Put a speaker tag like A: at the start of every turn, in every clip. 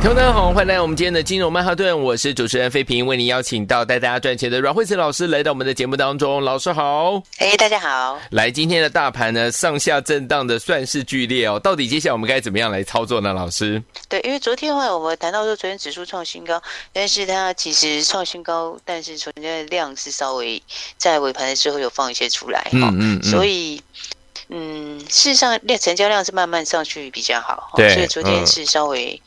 A: 听众大家好，欢迎来到我们今天的金融曼哈顿，我是主持人费平，为您邀请到带大家赚钱的阮慧慈老师来到我们的节目当中，老师好。
B: 哎、大家好。
A: 来，今天的大盘呢上下震荡的算是剧烈哦，到底接下来我们该怎么样来操作呢？老师，
B: 对，因为昨天的话，我们谈到说昨天指数创新高，但是它其实创新高，但是昨天的量是稍微在尾盘的时候有放一些出来哈、
A: 嗯嗯嗯
B: 所以。嗯，事实上量成交量是慢慢上去比较好，哈
A: 对
B: 所以昨天
A: 嗯
B: 是稍微、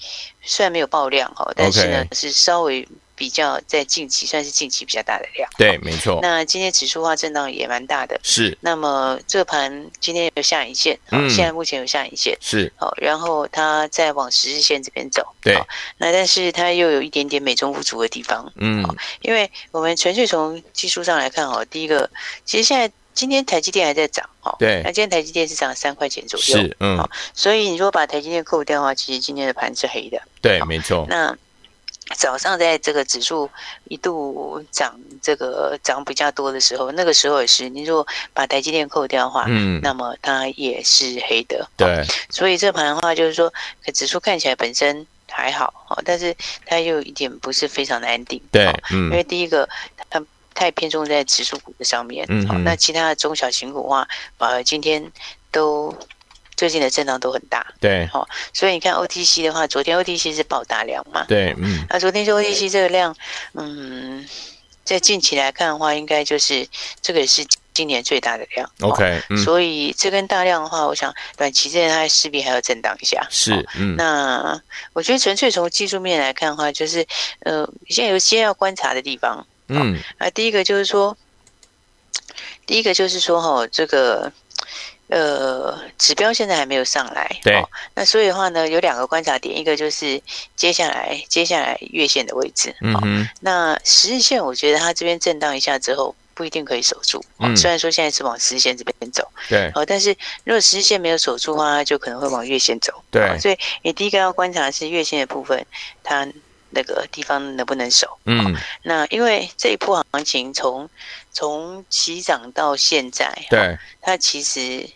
B: 虽然没有爆量哈，但是呢是稍微比较在近期算是近期比较大的量。
A: 对，没错，
B: 那今天指数化震荡也蛮大的，
A: 是
B: 那么这个盘今天有下影线，好
A: 嗯
B: 现在目前有下影线，
A: 是，
B: 好，然后它再往十日线这边走。
A: 对
B: 好，那但是它又有一点点美中不足的地方，
A: 嗯，
B: 因为我们纯粹从技术上来看，哦，第一个，其实现在今天台积电还在涨，哦，
A: 对
B: 那今天台积电是涨三块钱左右，
A: 是，嗯，
B: 所以你如果把台积电扣掉的话，其实今天的盘是黑的。
A: 对，没错，
B: 那早上在这个指数一度涨，这个涨比较多的时候，那个时候也是，你如果把台积电扣掉的话，
A: 嗯，
B: 那么它也是黑的。
A: 对，
B: 所以这盘的话，就是说呃指数看起来本身还好哦，但是它又有一点不是非常的安定。
A: 对
B: 哦，因
A: 嗯，
B: 为第一个它太偏重在指数股的上面，
A: 嗯
B: 好
A: 哼
B: 那其他的中小型股的话，反而今天都最近的震荡都很大，
A: 对，
B: 所以你看 OTC 的话，昨天 OTC 是爆大量嘛，
A: 对，嗯，
B: 那昨天是 OTC 这个量，嗯，在近期来看的话，应该就是这个也是今年最大的量。哦
A: OK，嗯，
B: 所以这跟大量的话，我想短期之内它势必还要震荡一下。
A: 是，嗯，
B: 那我觉得纯粹从技术面来看的话，就是呃，现在有一些要观察的地方
A: 嗯，
B: 啊。第一个就是说，第一个就是说哈、这个呃指标现在还没有上来，
A: 对
B: 哦那所以的话呢，有两个观察点，一个就是接下来接下来月线的位置，
A: 嗯
B: 哦
A: 哼，
B: 那十日线我觉得它这边震荡一下之后。不一定可以守住，哦
A: 嗯
B: 虽然说现在是往十日线这边走，
A: 对，
B: 哦，但是如果十日线没有守住的话，它就可能会往月线走。
A: 对
B: 哦所以你第一个要观察的是月线的部分，它那个地方能不能守。
A: 嗯，
B: 那因为这一波行情从从起涨到现在，啊
A: 对，
B: 它其实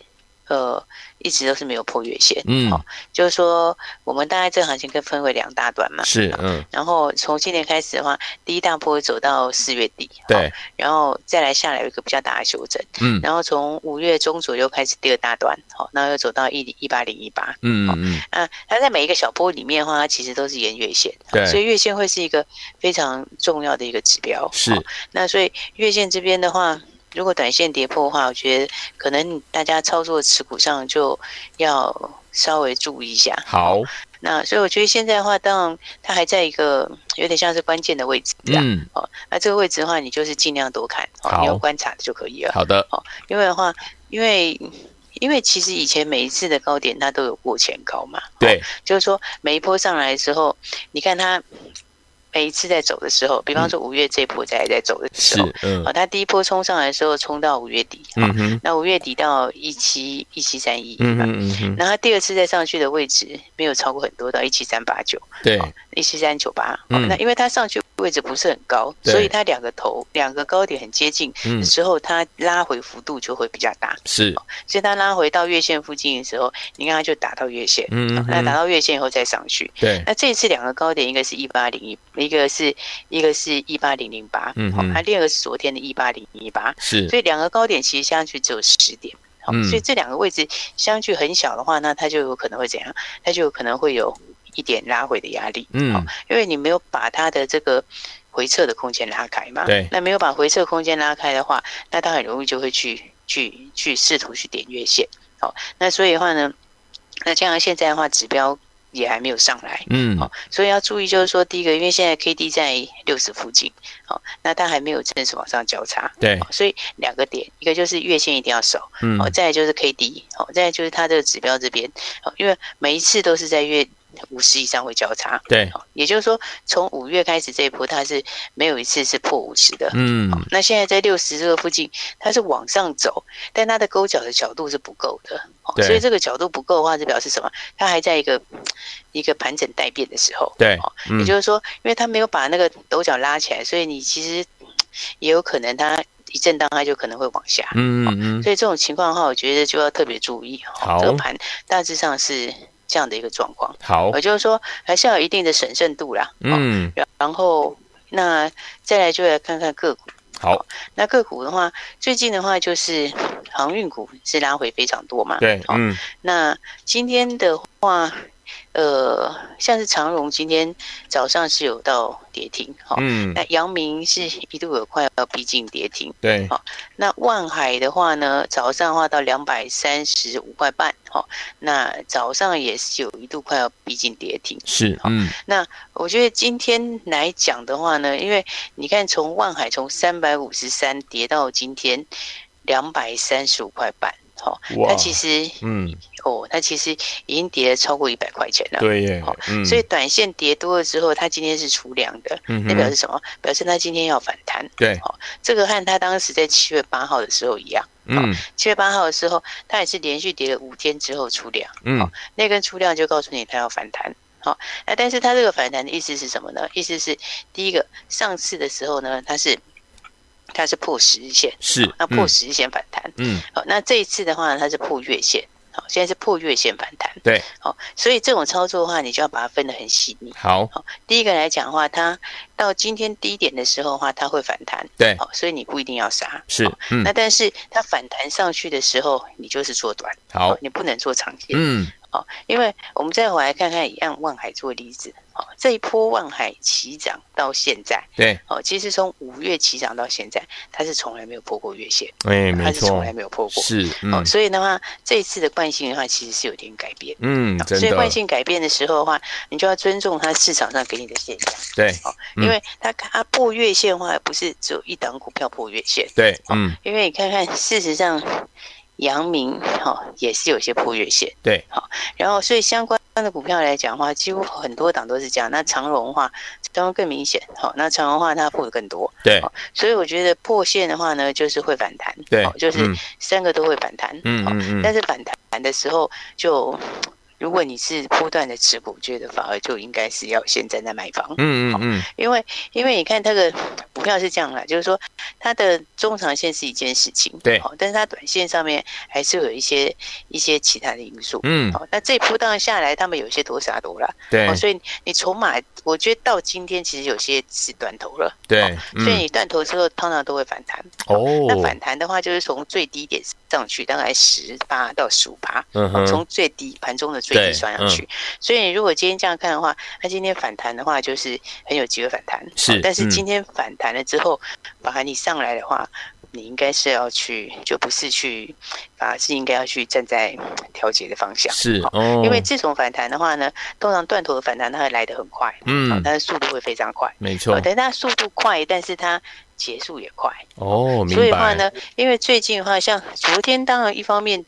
B: 呃一直都是没有破月线。
A: 嗯，
B: 就是说，我们大概这个行情可以分为两大段嘛。
A: 是，嗯，
B: 然后从今年开始的话，第一大波走到四月底，
A: 对，
B: 然后再来下来有一个比较大的修正。
A: 嗯，
B: 然后从五月中左右开始第二大段，好、那又走到一一八零一八，
A: 嗯，嗯，
B: 啊，它在每一个小波里面的话，它其实都是沿月线，好
A: 对
B: 所以月线会是一个非常重要的一个指标。
A: 是
B: 好那所以月线这边的话，如果短线跌破的话，我觉得可能大家操作持股上就要稍微注意一下。
A: 好，
B: 那所以我觉得现在的话，当然它还在一个有点像是关键的位置，啊。
A: 嗯，
B: 那这个位置的话，你就是尽量多看，哦
A: 好
B: 你要观察的就可以了。
A: 好的，
B: 因为的话，因为因为其实以前每一次的高点它都有过前高嘛，
A: 对，
B: 就是说每一波上来的时候，你看它每一次在走的时候，比方说五月这一波在在走的
A: 是
B: 时候，，
A: 嗯
B: 哦，，它第一波冲上来的时候冲到五月底，哦
A: 嗯哼，
B: 那五月底到一七一七三一，
A: 嗯哼，嗯哼，
B: 然后它第二次再上去的位置没有超过很多，到一七三八九，
A: 对，
B: 一七三九八，哦
A: 嗯
B: 那因为它上去位置不是很高，
A: 对
B: 所以它两个头两个高点很接近
A: 嗯，
B: 之后它拉回幅度就会比较大。
A: 是，
B: 所以它拉回到月线附近的时候，你看它就打到月线，
A: 嗯
B: 那打
A: 哼，
B: 到月线以后再上去。
A: 对，
B: 那这一次两个高点，一个是一八零一，一个是一个是一八零零八，
A: 嗯
B: 好
A: 哼，
B: 那第二个是昨天的一八零一八，
A: 是，
B: 所以两个高点其实相距只有十点。好
A: 嗯
B: 所以这两个位置相距很小的话，那它就有可能会怎样？它就有可能会有一点拉回的压力。好
A: 嗯，
B: 因为你没有把它的这个回撤的空间拉开嘛。
A: 对
B: 那没有把回撤空间拉开的话，那它很容易就会去去去试图去点月线。好，那所以的话呢，那加上现在的话，指标也还没有上来。
A: 嗯，
B: 所以要注意，就是说，第一个，因为现在 K D 在六十附近，好、那它还没有正式往上交叉，
A: 对，
B: 好哦所以两个点，一个就是月线一定要守，
A: 嗯
B: 哦，，再来就是 K D，哦，再来就是它的指标这边，哦，因为每一次都是在月五十以上会交叉。
A: 对，
B: 好也就是说，从五月开始这一波，它是没有一次是破五十的。
A: 嗯，
B: 那现在在六十这个附近，它是往上走，但它的勾脚的角度是不够的，哦
A: 对
B: 所以这个角度不够的话，就表示什么？它还在一个一个盘整待变的时候。
A: 对
B: 哦，
A: 嗯
B: 也就是说，因为它没有把那个斗角拉起来，所以你其实也有可能它一震荡，它就可能会往下。
A: 嗯嗯嗯，
B: 所以这种情况的话，我觉得就要特别注意。哦
A: 好
B: 这个盘大致上是这样的一个状况，
A: 好，
B: 也就是说还是要有一定的审慎度啦。哦，
A: 哦嗯，
B: 然后那再来就来看看个股。
A: 好，
B: 那个股的话，最近的话就是航运股是拉回非常多嘛。
A: 对，
B: 哦
A: 嗯，
B: 那今天的话，呃，像是长荣今天早上是有到跌停，好、哎
A: 嗯，
B: 那阳明是一度有快要逼近跌停，
A: 对，
B: 那万海的话呢，早上的话到两百三十五块半，哦，那早上也是有一度快要逼近跌停。
A: 是，嗯，
B: 我觉得今天来讲的话呢，因为你看从万海从三百五十三跌到今天两百三十五块半，好、
A: 哇
B: 它其实
A: 嗯，
B: 哦，它其实已经跌了超过一百块钱了。
A: 对耶
B: 好，
A: 嗯，
B: 所以短线跌多了之后，它今天是出量的，
A: 嗯
B: 那表示
A: 哼，
B: 什么？表示它今天要反弹。
A: 对，
B: 这个和它当时在七月八号的时候一样，
A: 嗯
B: 七月八号的时候，它也是连续跌了五天之后出量，
A: 嗯，
B: 那根出量就告诉你它要反弹。好，那但是它这个反弹的意思是什么呢？意思是第一个，上次的时候呢，它是它是破十日线，
A: 是
B: 那
A: 嗯
B: 破十日线反弹。
A: 嗯，
B: 好，那这一次的话呢，它是破月线，好，现在是破月线反弹。
A: 对，
B: 好，所以这种操作的话，你就要把它分得很细腻。
A: 好，
B: 第一个来讲的话，它到今天低点的时候的话，它会反弹，
A: 对，
B: 好，所以你不一定要杀。
A: 是
B: 好，
A: 嗯
B: 那，但是它反弹上去的时候，你就是做短，
A: 好
B: 好，，你不能做长线。
A: 嗯，
B: 好，因为我们再回来看看以按万海做例子，好，这一波万海起涨到现在，
A: 对，
B: 哦，其实从五月起涨到现在，它是从来没有破过月线，
A: 哎，
B: 它
A: 没
B: 是从
A: 错
B: 来，没有破过。
A: 是，
B: 哦，
A: 嗯
B: 所以的话，这一次的惯性的话，其实是有点改变。
A: 嗯，真
B: 所以惯
A: 的，
B: 性改变的时候的话，你就要尊重它市场上给你的现象，
A: 对
B: 哦，
A: 嗯
B: 因为它它破月线的话，不是只有一档股票破月线，
A: 对，嗯，
B: 因为你看看，事实上，阳明哈、哦、也是有些破月线，
A: 对，
B: 好、然后所以相关的股票来讲的话，几乎很多档都是这样。那长荣的话，当然更明显，好、那长荣的话它破的更多，
A: 对，
B: 所以我觉得破线的话呢，就是会反弹，
A: 对
B: 哦，就是
A: 嗯
B: 三个都会反弹，
A: 嗯
B: 好
A: 嗯嗯，
B: 但是反弹的时候就，如果你是波段的持股，觉得反而就应该是要现在在买房，
A: 嗯嗯嗯，
B: 因为因为你看它的股票是这样啦，就是说它的中长线是一件事情，
A: 对
B: 好，但是它短线上面还是有一些一些其他的因素。
A: 嗯，
B: 好，那这一波荡下来，他们有些多杀多了，
A: 对
B: 哦，所以你筹码，我觉得到今天其实有些是断头了，
A: 对，
B: 所以
A: 嗯，
B: 你断头之后，通常都会反弹。那
A: 哦
B: 反，弹的话，就是从最低点上去，大概十八到十五趴，
A: 嗯
B: 哦从、
A: 哼，
B: 最低盘中的最
A: 对嗯
B: 低算上去。所以你如果今天这样看的话，它今天反弹的话，就是很有机会反弹。
A: 是
B: 哦但是
A: 嗯
B: 今天反弹了之后，反而你上来的话，你应该是要去，就不是去，反而是应该要去站在调节的方向。
A: 是
B: 哦
A: 哦，
B: 因为这种反弹的话呢，通常断头的反弹它会来得很快，
A: 嗯
B: 哦但是速度会非常快。
A: 没错
B: 哦，，但是它速度快，但是它结束也快。
A: 哦，
B: 所以
A: 明
B: 的话
A: 白，
B: 呢，因为最近的话，像昨天当然一方面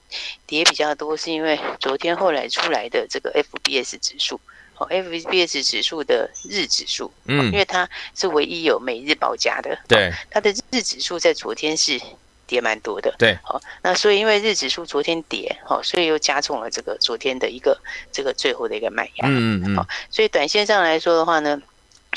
B: 跌比较多，是因为昨天后来出来的这个 FBS 指数，哦，FBS 指数的日指数，哦
A: 嗯
B: 因，为哦它是唯一有每日报价的，
A: 对，
B: 它的日指数在昨天是跌蛮多的，
A: 对，
B: 好、那所以因为日指数昨天跌，好、所以又加重了这个昨天的一个这个最后的一个卖压，
A: 嗯嗯嗯，
B: 所以短线上来说的话呢，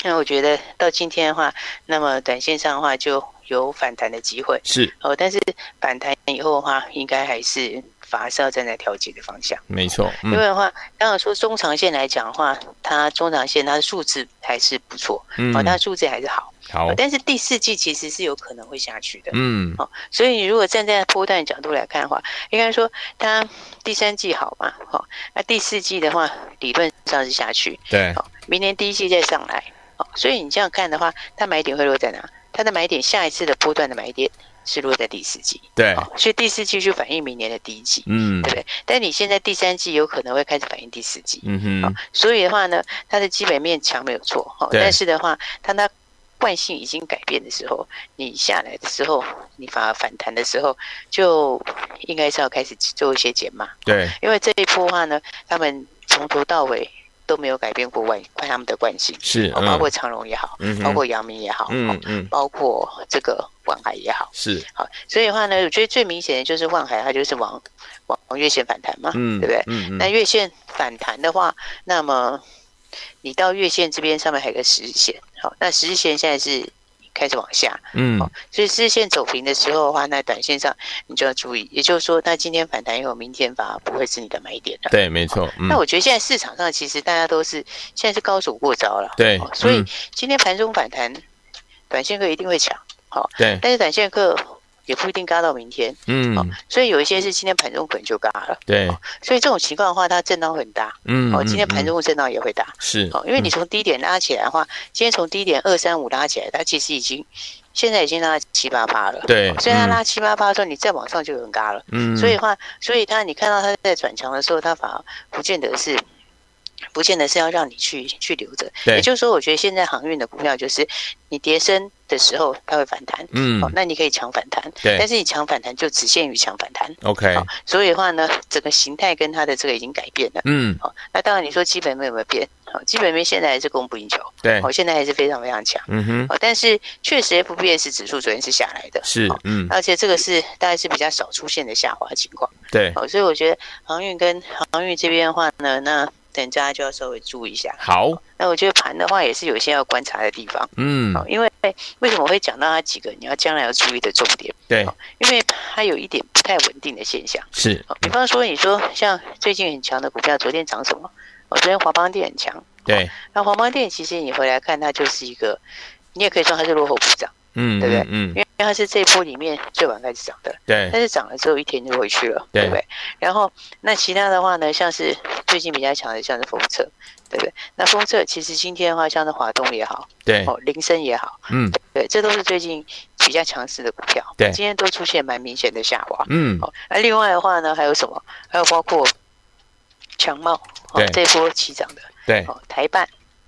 B: 那我觉得到今天的话，那么短线上的话就有反弹的机会。
A: 是
B: 哦，但是反弹以后的话，应该还是反而是要站在调节的方向，
A: 没错，
B: 因
A: 嗯
B: 为的话，当然说中长线来讲的话，它中长线它的数字还是不错，
A: 嗯
B: 哦，，它的数字还是好，
A: 好
B: 哦，但是第四季其实是有可能会下去的。
A: 嗯，
B: 哦，所以你如果站在波段角度来看的话，应该说它第三季好嘛，哦，那第四季的话理论上是下去，
A: 对，
B: 哦，明年第一季再上来，哦，所以你这样看的话，它买点会落在哪？它的买点下一次的波段的买点是落在第四季，
A: 对，
B: 好，所以第四季就反映明年的第一季，
A: 啊嗯
B: 哦对不对？但你现在第三季有可能会开始反映第四季，
A: 嗯哼，
B: 所以的话呢，它的基本面强没有错，哦，
A: 对
B: 但是的话，当它惯性已经改变的时候，你下来的时候，你反而反弹的时候，就应该是要开始做一些减码，
A: 对，
B: 因为这一波的话呢，他们从头到尾。都没有改变过惯他们的惯性，
A: 是，
B: 哦包括长荣也好，
A: 嗯哼
B: 包括阳明也好，
A: 嗯
B: 哦
A: 嗯嗯
B: 包括这个万海也好，
A: 是，
B: 好，所以的话呢，我觉得最明显的就是万海，它就是往往往月线反弹嘛，
A: 嗯，
B: 对不对？
A: 嗯
B: 那
A: 嗯，
B: 月线反弹的话，那么你到月线这边上面还有个十日线，好，那十日线现在是开始往下，
A: 嗯
B: 好，所以日线走平的时候的话，那短线上你就要注意，也就是说，那今天反弹以后，明天反而不会是你的买点了。
A: 对，没错，嗯
B: 那，我觉得现在市场上其实大家都是现在是高手过招了，
A: 对
B: 哦所以
A: 嗯
B: 今天盘中反弹，短线客一定会抢，
A: 嗯对，
B: 但是短线客也不一定嘎到明天，好
A: 嗯，
B: 所以有一些是今天盘中可能就嘎了，
A: 对，
B: 所以这种情况的话，它震荡很大，
A: 嗯，
B: 哦哦，今天盘
A: 嗯嗯
B: 中的震荡也会大，
A: 是，
B: 哦，因为你
A: 嗯
B: 从低点拉起来的话，今天从低点二三五拉起来，它其实已经现在已经拉七八八了，
A: 对，
B: 所以哦它
A: 嗯
B: 拉七八八的时候，你再往上就有人嘎了。
A: 嗯，
B: 所以的话，所以它你看到它在转强的时候，它反而不见得是，不见得是要让你去去留着。
A: 对
B: 也就是说，我觉得现在航运的股票就是你跌升的时候它会反弹，
A: 嗯
B: 哦，那你可以强反弹，
A: 对
B: 但是你强反弹就只限于强反弹。
A: ，OK，
B: 好，哦所以的话呢，整个形态跟它的这个已经改变了。
A: 嗯，
B: 好、那当然你说基本面有没有变？好、基本面现在还是供不应求，哦
A: 对
B: 好、，现在还是非常非常强。
A: 嗯哼，
B: 哦，但是确实 FBS 指数昨天是下来的，
A: 是
B: 哦，
A: 嗯，
B: 而且这个是大概是比较少出现的下滑情况，哦
A: 对，
B: 好，所以我觉得航运跟航运这边的话呢，那等大家就要稍微注意一下。
A: 好，
B: 那我觉得盘的话也是有一些要观察的地方，
A: 嗯，
B: 好，因为为什么我会讲到它几个你要将来要注意的重点？
A: 对，
B: 因为它有一点不太稳定的现象。
A: 是，
B: 哦好，比方说你说像最近很强的股票，昨天涨什么？哦，昨天华邦电很强，
A: 对，
B: 那华邦电其实你回来看它就是一个，你也可以说它是落后补涨，
A: 嗯，
B: 对不对
A: 嗯嗯，
B: 因为它是这一波里面最晚开始涨的。
A: 对，
B: 但是涨了之后一天就回去了，
A: 对
B: 对不对？然后那其他的话呢，像是最近比较强的像是封测，对不对？那封测其实今天的话，像是华东也好，
A: 对，
B: 哦，铃声也好，
A: 嗯
B: 对，这都是最近比较强势的股票，
A: 对
B: 今天都出现蛮明显的下滑。
A: 嗯，
B: 哦，那另外的话呢，还有什么？还有包括强茂，哦
A: 对，
B: 这一波起涨的，
A: 对
B: 哦，台办。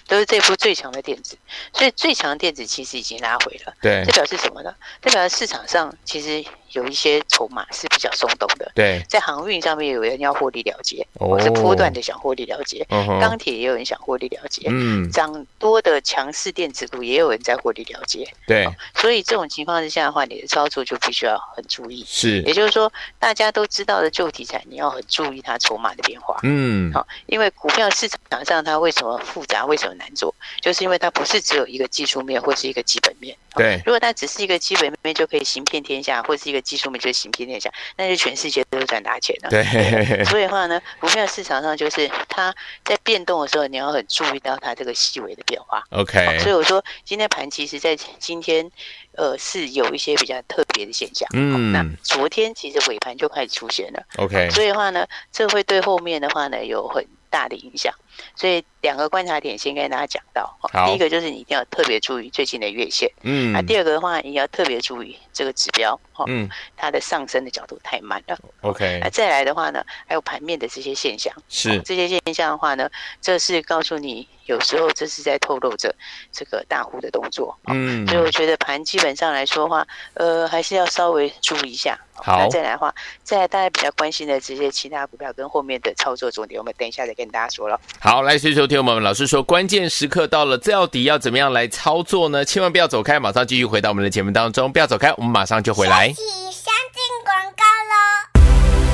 B: 都是这波最强的电子，所以最强的电子其实已经拉回了。
A: 对
B: 这表示什么呢？这表示市场上其实有一些筹码是比较松动的，
A: 对，
B: 在航运上面有人要获利了结，
A: 哦
B: 我是波段的想获利了结，
A: 嗯哼
B: 钢铁也有人想获利了结，
A: 嗯，
B: 涨多的强势电子股也有人在获利了结，
A: 对，
B: 所以这种情况之下的话，你的操作就必须要很注意。
A: 是
B: 也，就是说，大家都知道的旧题材，你要很注意它筹码的变化。
A: 嗯，
B: 好，因为股票市场上它为什么复杂，为什么难做，就是因为它不是只有一个技术面或是一个基本面。好
A: 对
B: 如果它只是一个基本面就可以行遍天下，或是一个技术面就行遍天下，那就全世界都赚大钱了。
A: 对，
B: 所以的话呢，股票市场上就是它在变动的时候，你要很注意到它这个细微的变化。好所以
A: OK，
B: 我说，今天盘其实在今天，呃，是有一些比较特别的现象。好那
A: 嗯
B: 昨天其实尾盘就开始出现了，
A: ，OK，
B: 所以的话呢，这会对后面的话呢有很大的影响。所以两个观察点先跟大家讲到，哦
A: 好
B: 第一个就是你一定要特别注意最近的月线，
A: 嗯
B: 啊，，第二个的话你要特别注意这个指标，哦，
A: 嗯
B: 它的上升的角度太慢了。
A: ，OK，
B: 啊，再来的话呢，还有盘面的这些现象，
A: 是
B: 这些现象的话呢，这是告诉你，有时候这是在透露着这个大户的动作。哦
A: 嗯，
B: 所以我觉得盘基本上来说的话，呃，还是要稍微注意一下。哦
A: 好
B: 那再来的话，再来大家比较关心的这些其他股票跟后面的操作重点，我们等一下再跟大家说了。
A: 好，来，所以收听我们老师说，关键时刻到了，到底要怎么样来操作呢？千万不要走开，马上继续回到我们的节目当中，不要走开，我们马上就回来
C: 休。息，先进广告喽。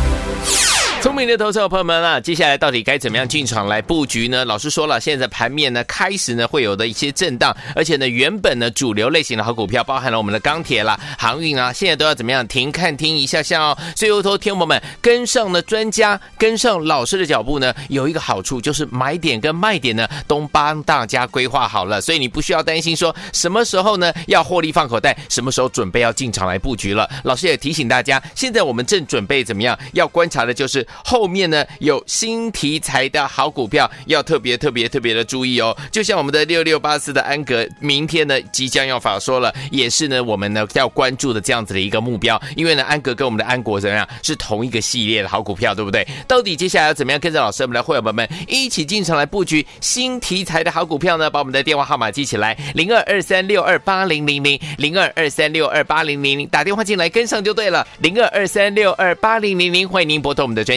A: 聪明的投资者朋友们啊，接下来到底该怎么样进场来布局呢？老师说了，现在盘面呢开始呢会有的一些震荡，而且呢原本呢主流类型的好股票，包含了我们的钢铁啦、航运啊，现在都要怎么样停看听一下下哦。所以有头听友们跟上呢专家，跟上老师的脚步呢，有一个好处就是买点跟卖点呢都帮大家规划好了，所以你不需要担心说什么时候呢要获利放口袋，什么时候准备要进场来布局了。老师也提醒大家，现在我们正准备怎么样？要观察的就是后面呢有新题材的好股票，要特别特别特别的注意哦。就像我们的六六八四的安格，明天呢即将要法说了，也是呢我们呢要关注的这样子的一个目标，因为呢安格跟我们的安国怎么样是同一个系列的好股票，对不对？到底接下来要怎么样跟着老师我们的会员们一起进场来布局新题材的好股票呢？把我们的电话号码记起来，零二二三六二八零零零零二二三六二八零零零，打电话进来跟上就对了，零二二三六二八零零零，欢迎您拨通我们的专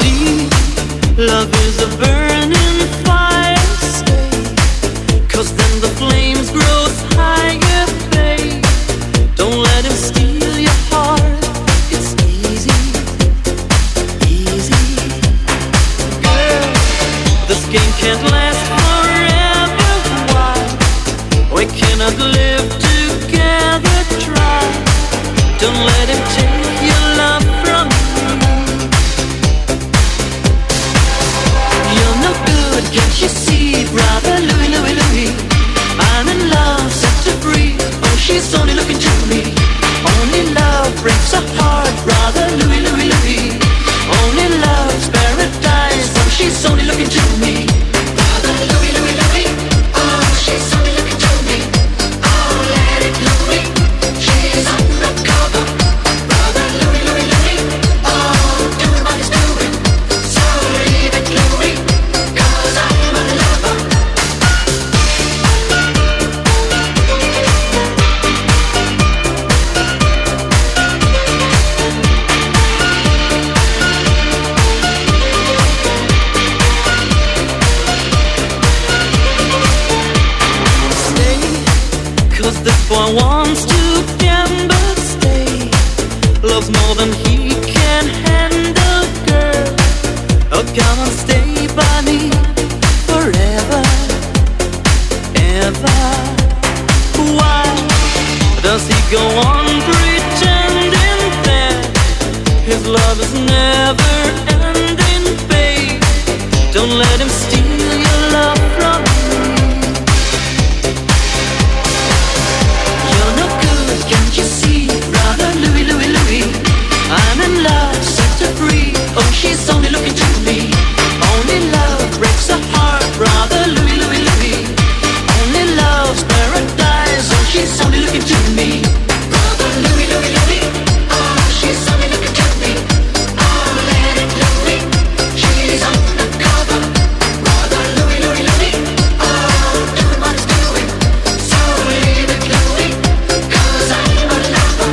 D: Deep love is a burning fire. Stay, 'cause then the flames grow higher. Babe, don't let him steal your heart. It's easy, easy, girl. This game can't last forever. Why we cannot live together? Try, don't let him take your love from you. You're no good, can't you see, brother Louie, Louie, Louie? I'm in love, set to free. Oh, she's only looking to me. Only love breaks a heart, brother Louie, Louie, Louie. Only love's paradise. Oh, she's only looking to me. Brother Louie, Louie, Louie. Oh, she's only looking to me. Oh, let it Louie. She's undercover. Brother Louie, Louie, Louie. Oh, doing what he's doing. So leave it, Louie. 'cause I'm a lover. Stay, 'cause this boy wants to gamble. Stay, loves more than he can handle, girl. Oh, come and stay by me forever, ever. Why does he go on pretending that his love is never ending, babe? Don't let him steal your love from me. You're no good, can't you see, brother Louie, Louie, Louie? I'm in love, set her free. Oh, she's only looking to me. Only love breaks a heart, brother Louie, Louie, Louie. Only love's paradise. Oh, she's only looking to me. Brother Louie, Louie, Louie. Oh, she's only looking to me. Oh, let it Louie. She's undercover. Brother Louie, Louie, Louie. Oh, doing what it's doing. So leave it, Louie, 'cause I'm a lover.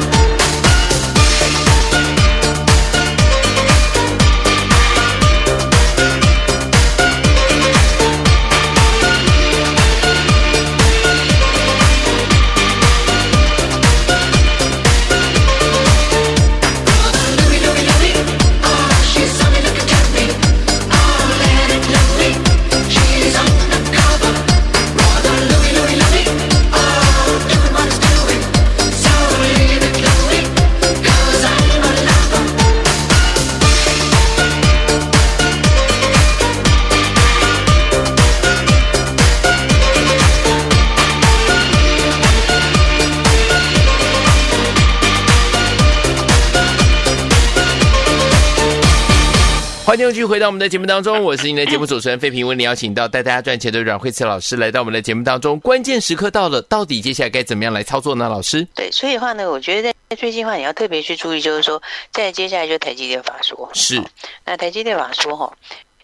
A: 欢迎继续回到我们的节目当中，我是您的节目主持人费平，为您邀请到带大家赚钱的阮慧慈老师来到我们的节目当中。关键时刻到了，到底接下来该怎么样来操作呢？老师
B: 对，所以的话呢，我觉得在最近的话，你要特别去注意，就是说，在接下来就台积电法说，哦
A: 是
B: 那台积电法说哈，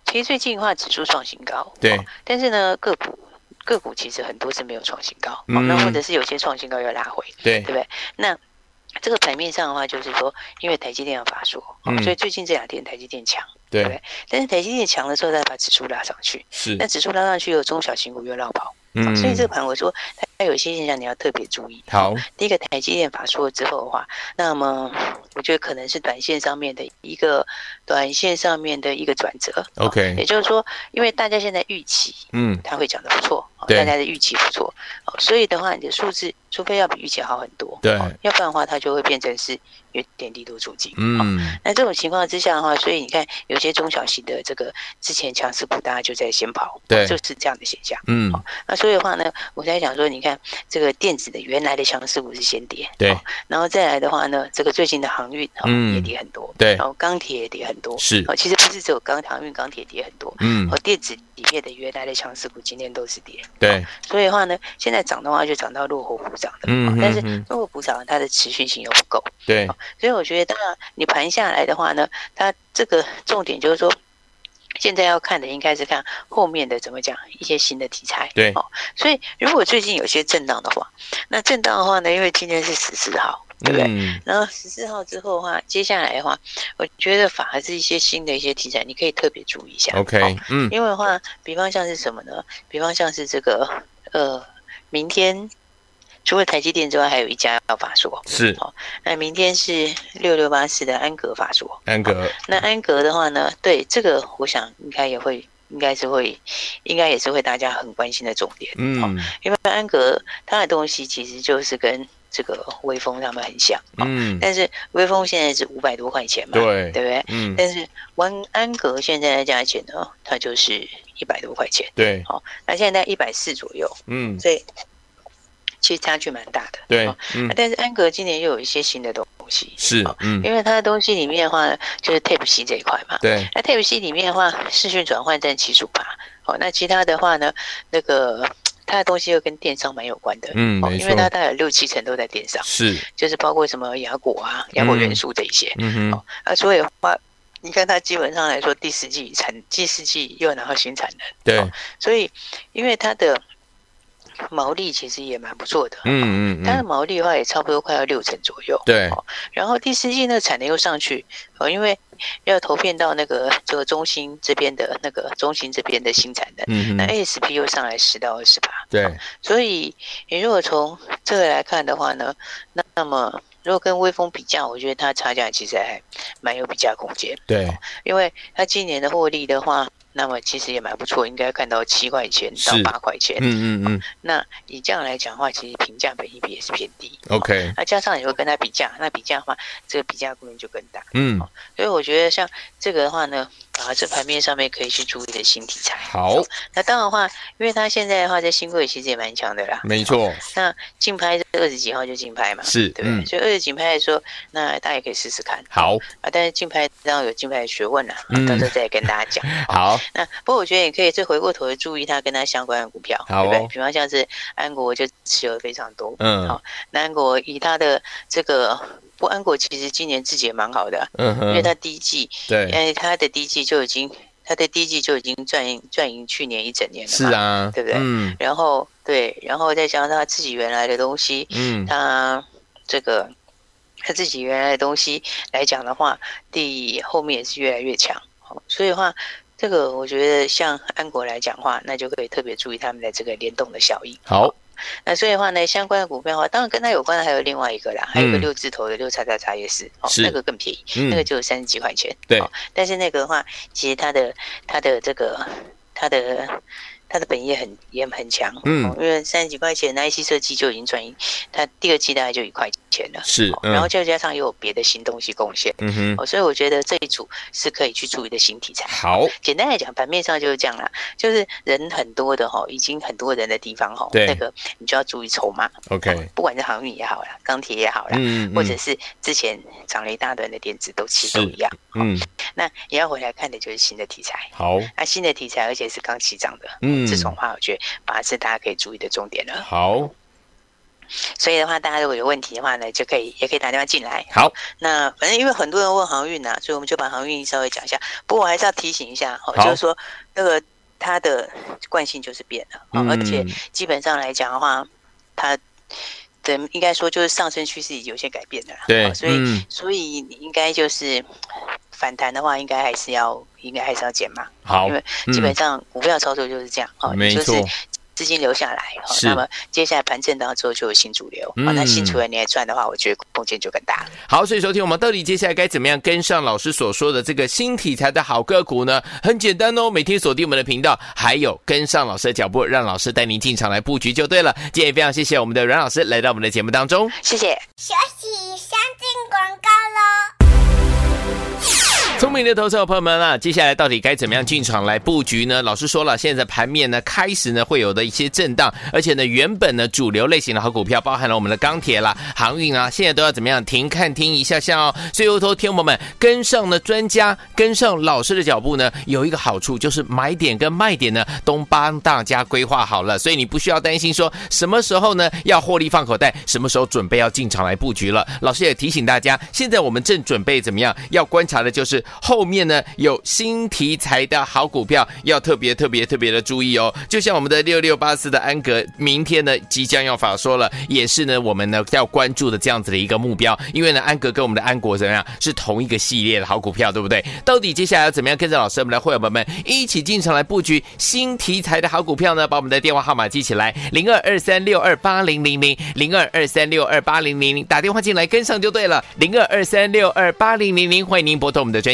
B: 其实最近的话指数创新高，
A: 对
B: 但是呢个股个股其实很多是没有创新高，哦
A: 嗯
B: 那或者是有些创新高又拉回，
A: 对
B: 对不对？那这个盘面上的话，就是说，因为台积电的法说，哦
A: 嗯
B: 所以最近这两天台积电强，不
A: 对
B: 对？但是台积电强的时候，它把指数拉上去，
A: 是
B: 那指数拉上去，有中小型股又绕跑，哦
A: 嗯
B: 所以这个盘我说它有一些现象你要特别注意。
A: 好
B: 第一个台积电法说之后的话，那么我觉得可能是短线上面的一个短线上面的一个转折。哦也
A: OK
B: 就是说，因为大家现在预期
A: 嗯
B: 它会讲得不错，哦
A: 对
B: 大家的预期不错，哦所以的话，你的数字除非要比预期好很多，
A: 对
B: 哦要不然的话它就会变成是有点低度出境。哦
A: 嗯
B: 那这种情况之下的话，所以你看，有些中小型的这个之前强势股，大家就在先跑，哦
A: 对
B: 就是这样的现象。
A: 嗯
B: 那所以的话呢，我在想说，你看这个电子的原来的强势股是先跌，
A: 对
B: 哦然后再来的话呢，这个最近的航运、哦
A: 嗯
B: 也跌很多，
A: 对
B: 然后钢铁也跌很多，
A: 是
B: 哦，其实不是只有钢航运、钢铁跌很多，
A: 嗯
B: 哦，电子里面的原来的强势股今天都是跌，
A: 对
B: 所以的话呢，现在涨的话就涨到落后补涨的，
A: 嗯
B: 哦但是
A: 嗯嗯
B: 落后补涨它的持续性又不够，
A: 对
B: 所以我觉得，当然你盘下来的话呢，它这个重点就是说，现在要看的应该是看后面的怎么讲一些新的题材。
A: 对
B: 哦，所以如果最近有些震荡的话，那震荡的话呢，因为今天是十四号，对不对？
A: 嗯
B: 然后十四号之后的话，接下来的话，我觉得反而是一些新的一些题材，你可以特别注意一下。
A: OK
B: 哦
A: 嗯
B: 因为的话，比方像是什么呢？比方像是这个呃，明天除了台积电之外，还有一家要法说。
A: 是
B: 那明天是六六八四的安格法说。
A: 安格
B: 那安格的话呢，对这个我想应该也会，应该是会，应该也是会大家很关心的重点。好
A: 嗯
B: 因为安格它的东西其实就是跟这个微风他们很像，哦
A: 嗯
B: 但是微风现在是五百多块钱嘛，
A: 对
B: 对不对？
A: 嗯
B: 但是玩安格现在的价钱呢，它就是一百多块钱，
A: 对
B: 那现在一百四左右，
A: 嗯
B: 所以其实差距蛮大的。
A: 对
B: 哦
A: 嗯
B: 那但是安格今年又有一些新的东西，
A: 是
B: 哦
A: 嗯
B: 因为它的东西里面的话，就是 Type C 这一块嘛。
A: 对
B: 那 Type C 里面的话，视讯转换占七十五趴。哦，那其他的话呢，那个它的东西又跟电商蛮有关的。
A: 嗯
B: 哦，
A: 没
B: 因为它
A: 错
B: 大概有六七成都在电商，
A: 是
B: 就是包括什么雅果啊、雅果元素这一些。
A: 嗯哼
B: 啊，所以的话，你看它基本上来说，第四季产第四季又拿到新产能，
A: 对
B: 所以因为它的毛利其实也蛮不错的。
A: 嗯嗯
B: 它的
A: 嗯
B: 毛利的话也差不多快要六成左右，
A: 对
B: 然后第四季那个产能又上去，哦，因为要投片到那个这个中心这边的那个中心这边的新产能，
A: 嗯
B: 那
A: 哼
B: ASP 又上来十到二十八，
A: 对
B: 所以你如果从这个来看的话呢，那那么如果跟微风比较，我觉得它差价其实还蛮有比价空间，
A: 对
B: 因为它今年的获利的话，那么其实也蛮不错，应该看到七块钱
A: 是
B: 到八块钱。
A: 嗯嗯嗯
B: 那以这样来讲的话，其实评价本益比也是偏低。
A: OK
B: 那加上你会跟它比价，那比价的话，这个比价空间就更大。
A: 嗯
B: 所以我觉得像这个的话呢，啊，这盘面上面可以去注意的新题材。
A: 好
B: 那当然的话，因为它现在的话在新贵其实也蛮强的啦。
A: 没错
B: 那竞拍是二十几号就竞拍嘛，
A: 是
B: 对不对？
A: 嗯
B: 所以二十几拍的时候，那大家也可以试试看。
A: 好
B: 啊，但是竞拍当然有竞拍的学问啦，
A: 嗯
B: 到时候再跟大家讲。
A: 好
B: 那不过我觉得也可以再回过头去注意它跟它相关的股票，
A: 好哦
B: 对不对？比方像是安国就持有得非常多，
A: 嗯
B: 那安国以它的这个，不过安国其实今年自己也蛮好的，啊
A: 嗯
B: 因为哎
A: 哼
B: 它第一季，因
A: 对
B: 为它的第一季就已经，它的第一季就已经赚赢赚赢去年一整年了，
A: 是。啊嗯
B: 然后对，然后再加上它自己原来的东西，
A: 嗯
B: 它这个它自己原来的东西来讲的话，第后面也是越来越强。好所以的话，这个我觉得像安国来讲的话，那就可以特别注意他们的这个联动的效应。
A: 好
B: 那所以的话呢，相关的股票的话，当然跟它有关的还有另外一个啦，还有一个
A: 嗯
B: 六字头的六叉叉叉也是，哦，
A: 是
B: 那个更便宜，
A: 嗯
B: 那个就三十几块钱。
A: 对
B: 哦但是那个的话，其实它的它的这个它的它的本业很也很强，
A: 嗯
B: 哦因为三十几块钱那一期设计就已经赚一，它第二季大概就一块钱了，
A: 是
B: 哦
A: 嗯
B: 然后再加上又有别的新东西贡献，
A: 嗯哼，
B: 哦，所以我觉得这一组是可以去注意的新题材。
A: 好，
B: 简单来讲，盘面上就是这样啦，就是人很多的哈，已经很多人的地方哈，
A: 对
B: 那个你就要注意筹码。
A: OK
B: 不管是航运也好啦，钢铁也好啦，
A: 嗯嗯
B: 或者是之前涨了一大段的电子都其实都
A: 是
B: 一样。
A: 嗯，
B: 那也要回来看的就是新的题材。
A: 好，
B: 那、新的题材，而且是刚起涨的，
A: 嗯
B: 这种话我觉得反而是大家可以注意的重点了。
A: 好，
B: 所以的话，大家如果有问题的话呢，就可以也可以打电话进来。
A: 好，
B: 那反正因为很多人问航运呐、啊所以我们就把航运稍微讲一下。不过我还是要提醒一下，哦，
A: 好
B: 就是说那个它的惯性就是变了，哦
A: 嗯
B: 而且基本上来讲的话，它的应该说就是上升趋势有些改变的啦。
A: 对
B: 哦所以、
A: 嗯
B: 所以你应该就是反弹的话，应该还是要应该还是要减嘛，
A: 好
B: 因为，
A: 嗯
B: 基本上股票操作就是这样哦，
A: 没
B: 就
A: 错
B: 是资金留下来，哦
A: 是
B: 那么接下来盘震荡之后就有新主流，哦
A: 嗯
B: 那新主流你也赚的话，我觉得空间就更大了。
A: 好，所以昨天我们到底接下来该怎么样跟上老师所说的这个新题材的好个股呢？很简单哦，每天锁定我们的频道，还有跟上老师的脚步，让老师带您进场来布局就对了。今天也非常谢谢我们的阮老师来到我们的节目当中。
B: 谢谢。
C: 学习先进广告喽。
A: 聪明的投资者朋友们啊，接下来到底该怎么样进场来布局呢？老师说了，现在盘面呢开始呢会有的一些震荡，而且呢原本呢主流类型的好股票，包含了我们的钢铁啦、航运啊，现在都要怎么样停看听一下下哦。所以有头听友们跟上呢专家，跟上老师的脚步呢，有一个好处就是买点跟卖点呢都帮大家规划好了，所以你不需要担心说什么时候呢要获利放口袋，什么时候准备要进场来布局了。老师也提醒大家，现在我们正准备怎么样？要观察的就是后面呢有新题材的好股票，要特别特别特别的注意哦。就像我们的六六八四的安格，明天呢即将要法说了，也是呢我们呢要关注的这样子的一个目标，因为呢安格跟我们的安国怎么样是同一个系列的好股票，对不对？到底接下来要怎么样跟着老师我们的会员朋友们一起进场来布局新题材的好股票呢？把我们的电话号码记起来，零二二三六二八零零零零二二三六二八零零零，打电话进来跟上就对了，零二二三六二八零零零，欢迎您拨通我们的专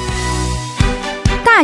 E: 大